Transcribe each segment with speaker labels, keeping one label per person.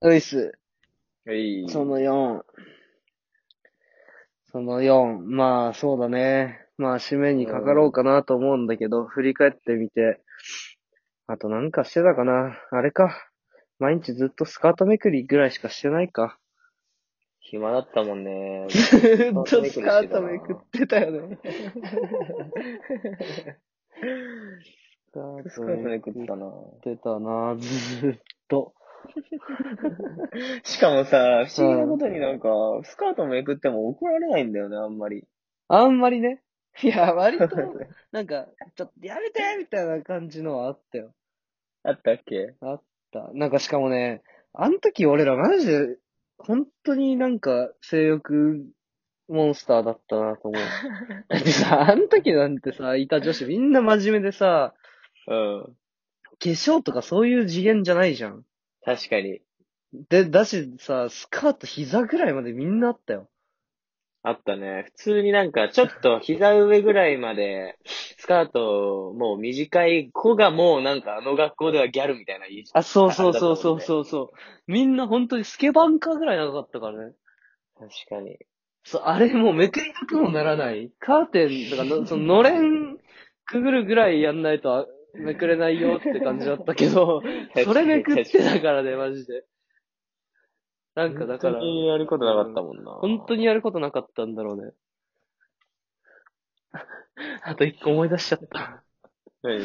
Speaker 1: ういっす。
Speaker 2: はい。
Speaker 1: その4。その4。まあ、そうだね。まあ、締めにかかろうかなと思うんだけど、振り返ってみて。あとなんかしてたかな。あれか。毎日ずっとスカートめくりぐらいしかしてないか。
Speaker 2: 暇だったもんね。
Speaker 1: ずっとスカートめくってたよね。 スカー
Speaker 2: スカートめくってたな。
Speaker 1: ってたな、ずっと。
Speaker 2: しかもさ、不思議なことになんか、スカートめくっても怒られないんだよね、あんま り。
Speaker 1: あんまりね。いや、割と、なんか、ちょっとやめてみたいな感じのはあったよ。
Speaker 2: あったっけ
Speaker 1: あった。なんかしかもね、あの時俺らマジで、本当になんか性欲モンスターだったなと思う。だって さ、あの時なんてさ、いた女子みんな真面目でさ、
Speaker 2: うん。
Speaker 1: 化粧とかそういう次元じゃないじゃん。
Speaker 2: 確かに。
Speaker 1: で、だしさ、スカート膝ぐらいまでみんなあったよ。
Speaker 2: あったね。普通になんか、ちょっと膝上ぐらいまで、スカート、もう短い子がもうなんかあの学校ではギャルみたいな言い
Speaker 1: あ、そうそうそうそうそうそう。みんな本当にスケバンカーぐらい長かったからね。
Speaker 2: 確かに。
Speaker 1: そう、あれもうめくりたくもならない。カーテンとか の、その、のれんくぐるぐらいやんないとあめくれないよって感じだったけ ど、それめくってたからね、マジで。なん かだから
Speaker 2: 本当、にやることなかったもんな。
Speaker 1: 本当にやることなかったんだろうね。 あと一個思い出しちゃった。
Speaker 2: うん。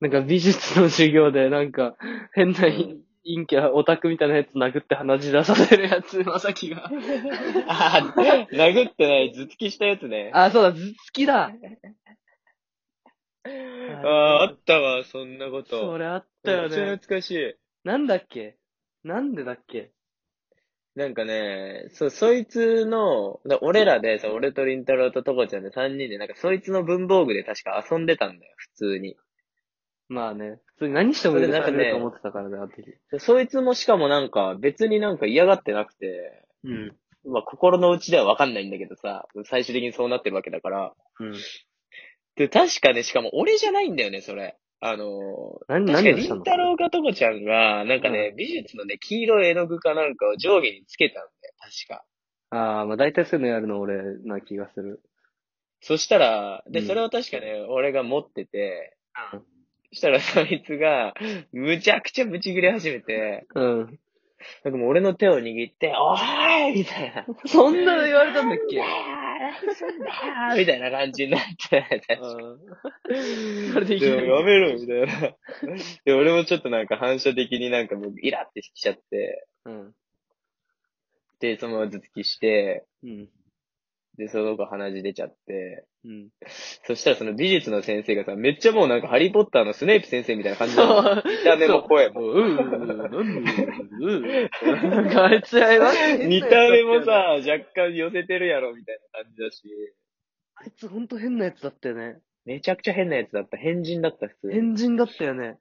Speaker 1: なんか美術の授業で、なんか、変な
Speaker 2: う
Speaker 1: 陰陰キャ、オタクみたいなやつ殴って鼻血出させるやつ、 まさきが。
Speaker 2: あー、殴ってない、頭突きしたやつね。
Speaker 1: あ、そうだ、頭突き だ
Speaker 2: あー、あったわ、そんなこ
Speaker 1: そ
Speaker 2: と。
Speaker 1: れあったよ
Speaker 2: めっちゃ
Speaker 1: ね。
Speaker 2: 懐かしい。
Speaker 1: なんだっけなんでだっけ
Speaker 2: なんかね、そ、そいつの、だ俺らでさ、俺とりんたろーととこちゃんで3人で、なんかそいつの文房具で確か遊んでたんだよ、普通に。
Speaker 1: まあね、普通に何しても許されると思ってたからね、あの時。
Speaker 2: でそいつもしかもなんか、別になんか嫌がってなくて、
Speaker 1: うん。
Speaker 2: まあ心の内ではわかんないんだけどさ、最終的にそうなってるわけだから。
Speaker 1: うん。
Speaker 2: で、確かね、しかも俺じゃないんだよね、それ。あの
Speaker 1: 何、
Speaker 2: ー、確
Speaker 1: 何を
Speaker 2: か
Speaker 1: し
Speaker 2: り
Speaker 1: たの
Speaker 2: んたろーかとこちゃんが、なんかね、美術のね、黄色い絵の具かなんかを上下につけたんだよ、確か。
Speaker 1: ああ、まあ大体そういうのやるの俺な気がする。
Speaker 2: そしたら、で、
Speaker 1: うん
Speaker 2: それを確かね、俺が持ってて
Speaker 1: うん、
Speaker 2: そしたら そいつが、むちゃくちゃブチ切れ始めて、
Speaker 1: うん。
Speaker 2: なんかもう俺の手を握って、おーいみたいな。
Speaker 1: そんなの言われたんだっけ
Speaker 2: あーみたいな感じになって、確か
Speaker 1: うん。 それでいきな
Speaker 2: で
Speaker 1: り
Speaker 2: もやめろみたいな。 で、俺もちょっとなんか反射的になんかもうイラってしちゃって、
Speaker 1: うん。
Speaker 2: で、そのまま頭突きして、
Speaker 1: うん。
Speaker 2: で、その子鼻血出ちゃって、
Speaker 1: うん。
Speaker 2: そしたらその美術の先生がさ、めっちゃもうなんかハリーポッターのスネープ先生みたいな感じなの。
Speaker 1: そう。
Speaker 2: 見た目も声も。
Speaker 1: もう、うん、うん、うん、うん。 なんかあいつは偉い
Speaker 2: 見た目も、さ、若干寄せてるやろ、みたいな感じだし。
Speaker 1: あいつほんと変なやつだったよね。
Speaker 2: めちゃくちゃ変なやつだった。変人だった、普通に。
Speaker 1: 変人だったよね。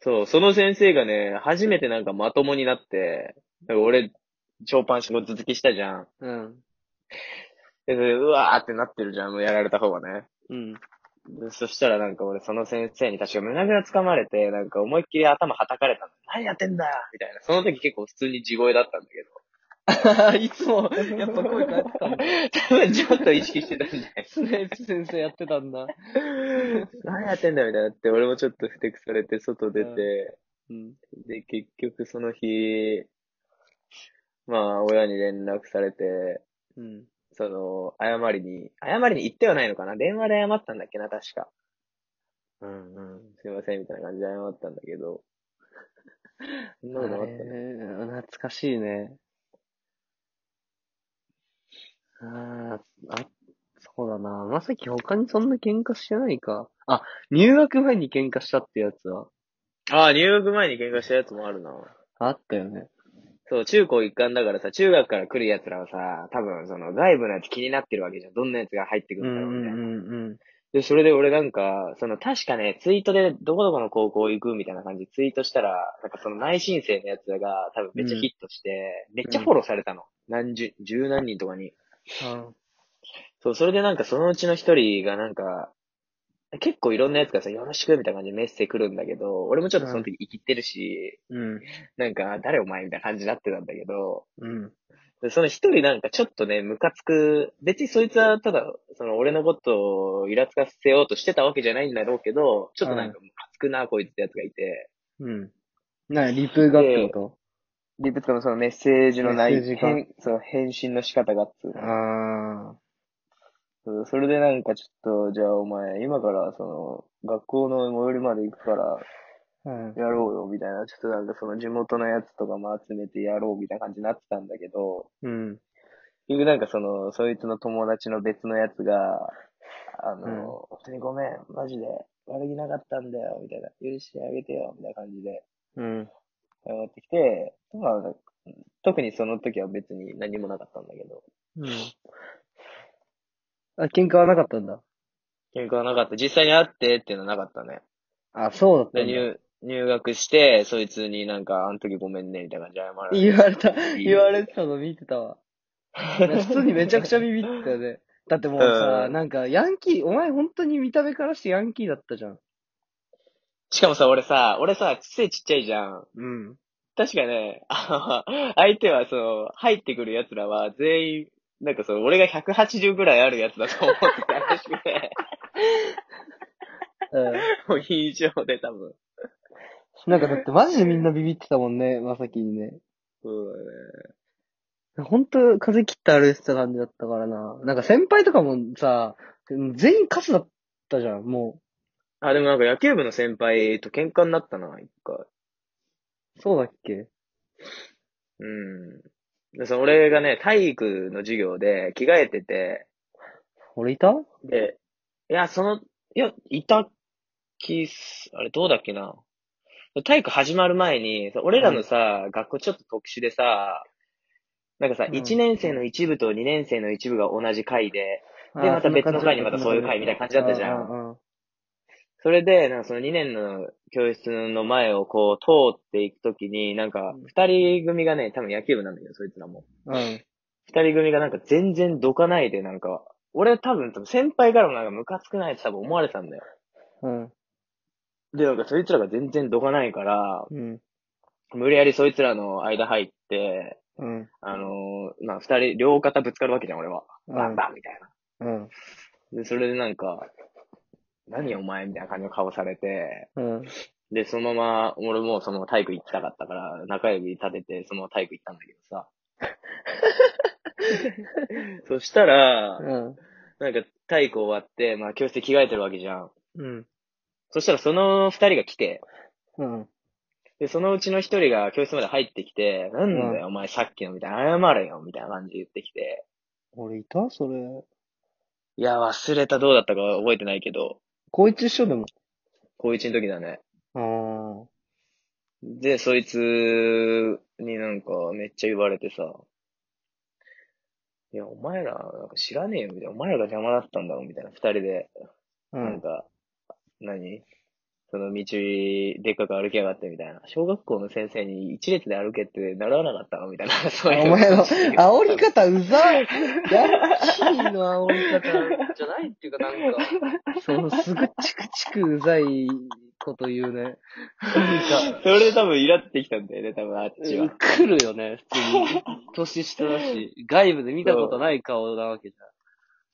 Speaker 2: そう、その先生がね、初めてなんかまともになって、なんか俺、超パン仕事続きしたじゃん。
Speaker 1: うん。
Speaker 2: で、それうわーってなってるじゃん、もうやられた方がね。
Speaker 1: うん。
Speaker 2: でそしたらなんか俺、その先生に確か胸ぐらつかまれて、なんか思いっきり頭はたかれたの。何やってんだよみたいな。その時結構普通に地声だったんだけど。
Speaker 1: いつも、 やっぱ声変えてたんだ。
Speaker 2: 多分ちょっと意識してたんだよ。
Speaker 1: スネイプ先生やってたんだ。
Speaker 2: 何やってんだよみたいになって、俺もちょっとふてくされて、外出て、
Speaker 1: うん。
Speaker 2: で、結局その日、まあ、親に連絡されて、
Speaker 1: うん。
Speaker 2: その、謝りに、謝りに行ってはないのかな電話で謝ったんだっけな、確か。
Speaker 1: うんうん。
Speaker 2: すいません、みたいな感じで謝ったんだけど。 そんなことなかったね。
Speaker 1: 懐かしいね。あーあ、そうだな。まさき他にそんな喧嘩してないか。あ、入学前に喧嘩したってやつは。
Speaker 2: ああ、入学前に喧嘩したやつもあるな。
Speaker 1: あったよね。
Speaker 2: そう、中高一貫だからさ、中学から来る奴らはさ、多分その外部のやつ気になってるわけじゃん。どんなやつが入ってく
Speaker 1: う
Speaker 2: る
Speaker 1: ん
Speaker 2: んだろうみたいな。
Speaker 1: うんうん。
Speaker 2: で、それで俺なんか、その確かね、ツイートでどこどこの高校行くみたいな感じでツイートしたら、なんかその内申生のやつらが多分めっちゃヒットして、めっちゃフォローされたの。何十、十何人とかに。
Speaker 1: あ
Speaker 2: そう、それでなんかそのうちの一人がなんか、結構いろんなやつがさ、よろしくみたいな感じでメッセージ来るんだけど、俺もちょっとその時生きってるし、
Speaker 1: うん。
Speaker 2: なんか、誰お前みたいな感じになってたんだけど、
Speaker 1: うん。
Speaker 2: でその一人なんかちょっとね、ムカつく、別にそいつはただ、その俺のことをイラつかせようとしてたわけじゃないんだろうけど、ちょっとなんかムカつくな、こいつってやつがいて、
Speaker 1: うん。なに、リプがってこ
Speaker 2: で、別のそのメッセージの内
Speaker 1: メッセージか
Speaker 2: 返その返信の仕方がっつう
Speaker 1: と
Speaker 2: の
Speaker 1: ああ。
Speaker 2: そうそれでなんかちょっと、じゃあお前、今からその、学校の最寄りまで行くから、
Speaker 1: うん。
Speaker 2: やろうよ、みたいな。ちょっとなんかその地元のやつとかも集めてやろう、みたいな感じになってたんだけど、
Speaker 1: うん。
Speaker 2: 結局なんかその、そいつの友達の別のやつが、あの、
Speaker 1: うん
Speaker 2: 本当にごめん、マジで、悪気なかったんだよ、みたいな。許してあげてよ、みたいな感じで、
Speaker 1: うん。
Speaker 2: 謝ってきて、まあ、特にその時は別に何もなかったんだけど、
Speaker 1: うん。あ、喧嘩はなかったんだ。
Speaker 2: 喧嘩はなかった。実際に会ってっていうのはなかったね。
Speaker 1: あ、そうだった
Speaker 2: で、
Speaker 1: んだ。
Speaker 2: 入、入学して、そいつになんか、あの時ごめんね、みたいな感じで謝られて。
Speaker 1: 言われた、言われてたの見てた わ。普通にめちゃくちゃビビってたよね。だってもうさ、
Speaker 2: うん
Speaker 1: なんか、ヤンキー、お前本当に見た目からしてヤンキーだったじゃん。
Speaker 2: しかもさ、俺さ、俺さ、背ちっちゃいじゃん。
Speaker 1: うん。
Speaker 2: 確かね、 あの、相手はその、入ってくる奴らは全員、なんかその、俺が180ぐらいあるやつだと思ってたらしくて、
Speaker 1: う
Speaker 2: もう印象で多分。
Speaker 1: ん。なんかだってマジでみんなビビってたもんね、まさきにね。
Speaker 2: そう
Speaker 1: 本当風切って歩いてた感じだったからな。なんか先輩とかもさ、全員カスだったじゃん、も
Speaker 2: だね。あ、でもなんか野球部の先輩と喧嘩になったな、一回。
Speaker 1: う。そうだっけ
Speaker 2: うん。で、その俺がね、体育の授業で着替えてて、
Speaker 1: 俺いた
Speaker 2: で、いや、その、いや、いたきっす、あれどうだっけな。体育始まる前に、さ俺らのさ、学校ちょっと特殊でさ、なんかさ、
Speaker 1: うん
Speaker 2: 一1年生の一部と2年生の一部が同じ回で、でまた別の回にまたそういう回みたいな感じだったじゃん
Speaker 1: ん。うん
Speaker 2: それで、なんかその2年の教室の前をこう通っていくときに、なんか
Speaker 1: うん
Speaker 2: 2人組がね、多分野球部なんだけど、そいつらも。
Speaker 1: うん。
Speaker 2: 2人組がなんか全然どかないで、なんか、俺多分多分先輩からもなんかムカつくないって多分思われてたんだよ。
Speaker 1: うん。
Speaker 2: で、なんかそいつらが全然どかないから、
Speaker 1: うん。
Speaker 2: 無理やりそいつらの間入って、
Speaker 1: うん。
Speaker 2: あのーまあ、二人、両肩ぶつかるわけじゃん、俺は。バンバンみたい
Speaker 1: うん。
Speaker 2: な。で、それでなんか、何お前みたいな感じの顔されて、
Speaker 1: うん。
Speaker 2: で、そのまま、俺もうその体育行きたかったから、中指立てて、そのまま体育行ったんだけどさ。そしたら、
Speaker 1: うん。
Speaker 2: なんか体育終わって、まあ、教室で着替えてるわけじゃん。
Speaker 1: うん。
Speaker 2: そしたらその二人が来て、
Speaker 1: うん。
Speaker 2: で、そのうちの一人が教室まで入ってきて、なんだよ、お前さっきのみたいな、謝れよ、みたいな感じで言ってきて、
Speaker 1: 俺いたそれ。
Speaker 2: いや、忘れたどうだったか覚えてないけど、
Speaker 1: 高一一緒でも。
Speaker 2: 高一の時だね。
Speaker 1: ああ。
Speaker 2: で、そいつになんかめっちゃ言われてさ、いや、お前ら、なんか知らねえよ、みたいな。お前らが邪魔だったんだろ、みたいな。二人で、
Speaker 1: う
Speaker 2: なん
Speaker 1: ん。
Speaker 2: か、何その道、でっかく歩きやがって、みたいな。小学校の先生に一列で歩けって習わなかったのみたいな。 そういう
Speaker 1: お前の煽り方うざい。ヤンキーの煽り方じゃないっていうかなんか、そのすぐチクチクうざいこと言うね。なんか、
Speaker 2: それで多分イラってきたんだよね、多分あっちは。
Speaker 1: 来るよね、普通に。年下だし、外部で見たことない顔なわけじ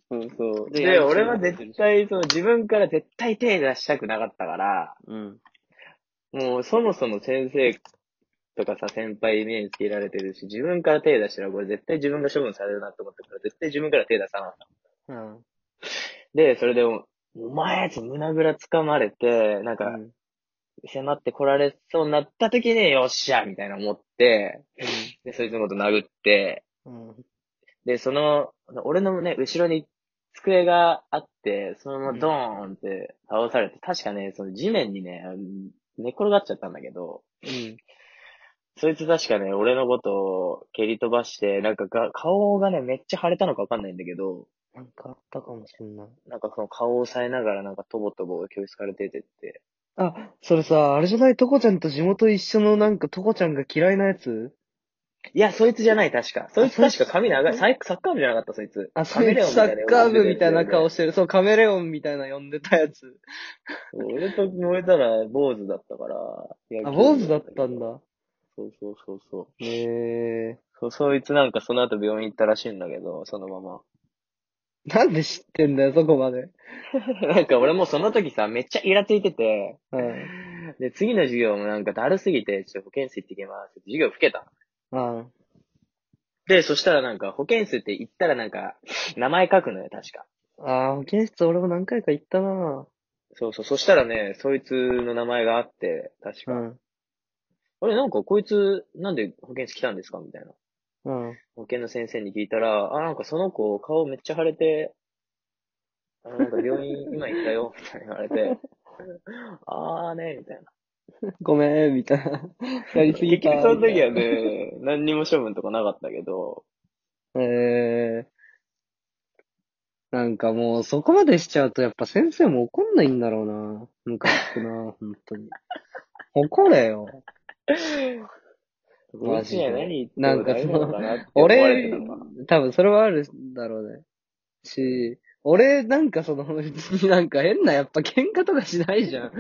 Speaker 2: そうそう。
Speaker 1: で
Speaker 2: で、
Speaker 1: やる
Speaker 2: 俺は絶対、その自分から絶対手出したくなかったから、
Speaker 1: ゃん。うん。
Speaker 2: もうそもそも先生とかさ、先輩に目につけられてるし、自分から手出したらこれ絶対自分が処分されるなと思ったから、絶対自分から手出さなかった。
Speaker 1: うん。
Speaker 2: で、それでお、お前って胸ぐら掴まれて、なんか、迫って来られそうになった時に、よっしゃみたいな思って、で、そいつのこと殴って、
Speaker 1: うん。
Speaker 2: で、その、俺のね、後ろに机があって、そのままドーンって倒されて、確かね、その地面にね、寝っ転がっちゃったんだけど、
Speaker 1: うん。
Speaker 2: そいつ確かね、俺のことを蹴り飛ばして、なんかが顔がね、めっちゃ腫れたのかわかんないんだけど、
Speaker 1: なんかあったかもしんない。
Speaker 2: なんかその顔を押さえながらなんかとぼとぼ教室から出てって。
Speaker 1: あ、それさ、あれじゃない、とこちゃんと地元一緒のなんか、とこちゃんが嫌いなやつ
Speaker 2: いや、そいつじゃない、確か。そいつ確か髪長い。サイサッカー部じゃなかった、そいつ。
Speaker 1: あ、
Speaker 2: カ
Speaker 1: サ
Speaker 2: メレオンみたいな
Speaker 1: ッカー部みたいな顔
Speaker 2: し
Speaker 1: してる。そう、カメレオンみたいな呼んでたやつ。
Speaker 2: 俺と燃えたら、坊主だったから。
Speaker 1: あ、坊主だったん。だ。
Speaker 2: そうそうそうそう。
Speaker 1: へえ。
Speaker 2: そ、そいつなんかその後病院行ったらしいんだけど、そのまま。
Speaker 1: なんで知ってんだよ、そこまで。
Speaker 2: なんか俺もその時さ、めっちゃイラついてて、
Speaker 1: うん。
Speaker 2: で、次の授業もなんかだるすぎて、ちょっと保健室行ってきますって授業吹けたの。
Speaker 1: うん。
Speaker 2: で、そしたらなんか保健室って行ったらなんか、名前書くのよ、確か。
Speaker 1: ああ、保健室俺も何回か行ったな
Speaker 2: そうそう、そしたらね、そいつの名前があって、確か。
Speaker 1: ん。
Speaker 2: あれ、なんかこいつ、なんで保健室来たんですかみたいな。
Speaker 1: うん。
Speaker 2: 保健の先生に聞いたら、あ、なんかその子、顔めっちゃ腫れて、あなんか病院、今行ったよ、みたいに言われて、 あーね、みたいな。
Speaker 1: ごめん、みたいな。やりすぎ
Speaker 2: 結
Speaker 1: た。
Speaker 2: 局その時は
Speaker 1: みたい
Speaker 2: ね、何にも処分とかなかったけど、
Speaker 1: な。ええなんかもう、そこまでしちゃうと、やっぱ先生も怒んないんだろうなムカつくな本当に。怒れよ。マジで
Speaker 2: こっちには何言って
Speaker 1: な
Speaker 2: も
Speaker 1: んか
Speaker 2: 大
Speaker 1: そ
Speaker 2: 丈
Speaker 1: の
Speaker 2: 夫かなって思われて
Speaker 1: 俺
Speaker 2: たのか。、
Speaker 1: 多分それはあるんだろうね。し、俺なんかその、別になんか変な、やっぱ喧嘩とかしないじゃん。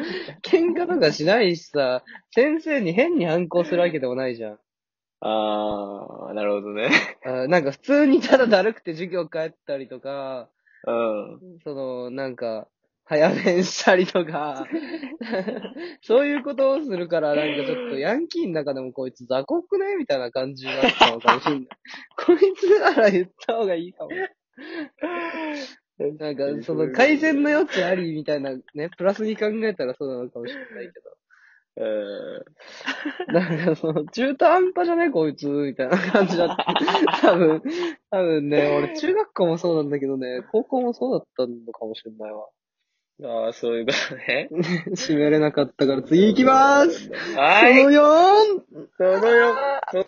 Speaker 1: 喧嘩とかしないしさ、先生に変に反抗するわけでもないじゃん。
Speaker 2: あー、なるほどね。
Speaker 1: あなんか普通にただだるくて授業帰ったりとか、
Speaker 2: うん。
Speaker 1: その、なんか、早弁したりとか、そういうことをするから、なんかちょっとヤンキーの中でもこいつ雑魚くねみたいな感じになったのかもしんない。こいつなら言った方がいいかも。なんか、その改善の余地ありみたいなね、プラスに考えたらそうなのかもしれないけど。
Speaker 2: うん。
Speaker 1: なんかその、中途半端じゃねこいつ、みたいな感じだった。多分、多分ね、俺中学校もそうなんだけどね、高校もそうだったのかもしれないわ。
Speaker 2: ああ、そういうこ とね。
Speaker 1: 締めれなかったから次行きまーす
Speaker 2: は
Speaker 1: そ
Speaker 2: い
Speaker 1: の 4!
Speaker 2: そのよ、そ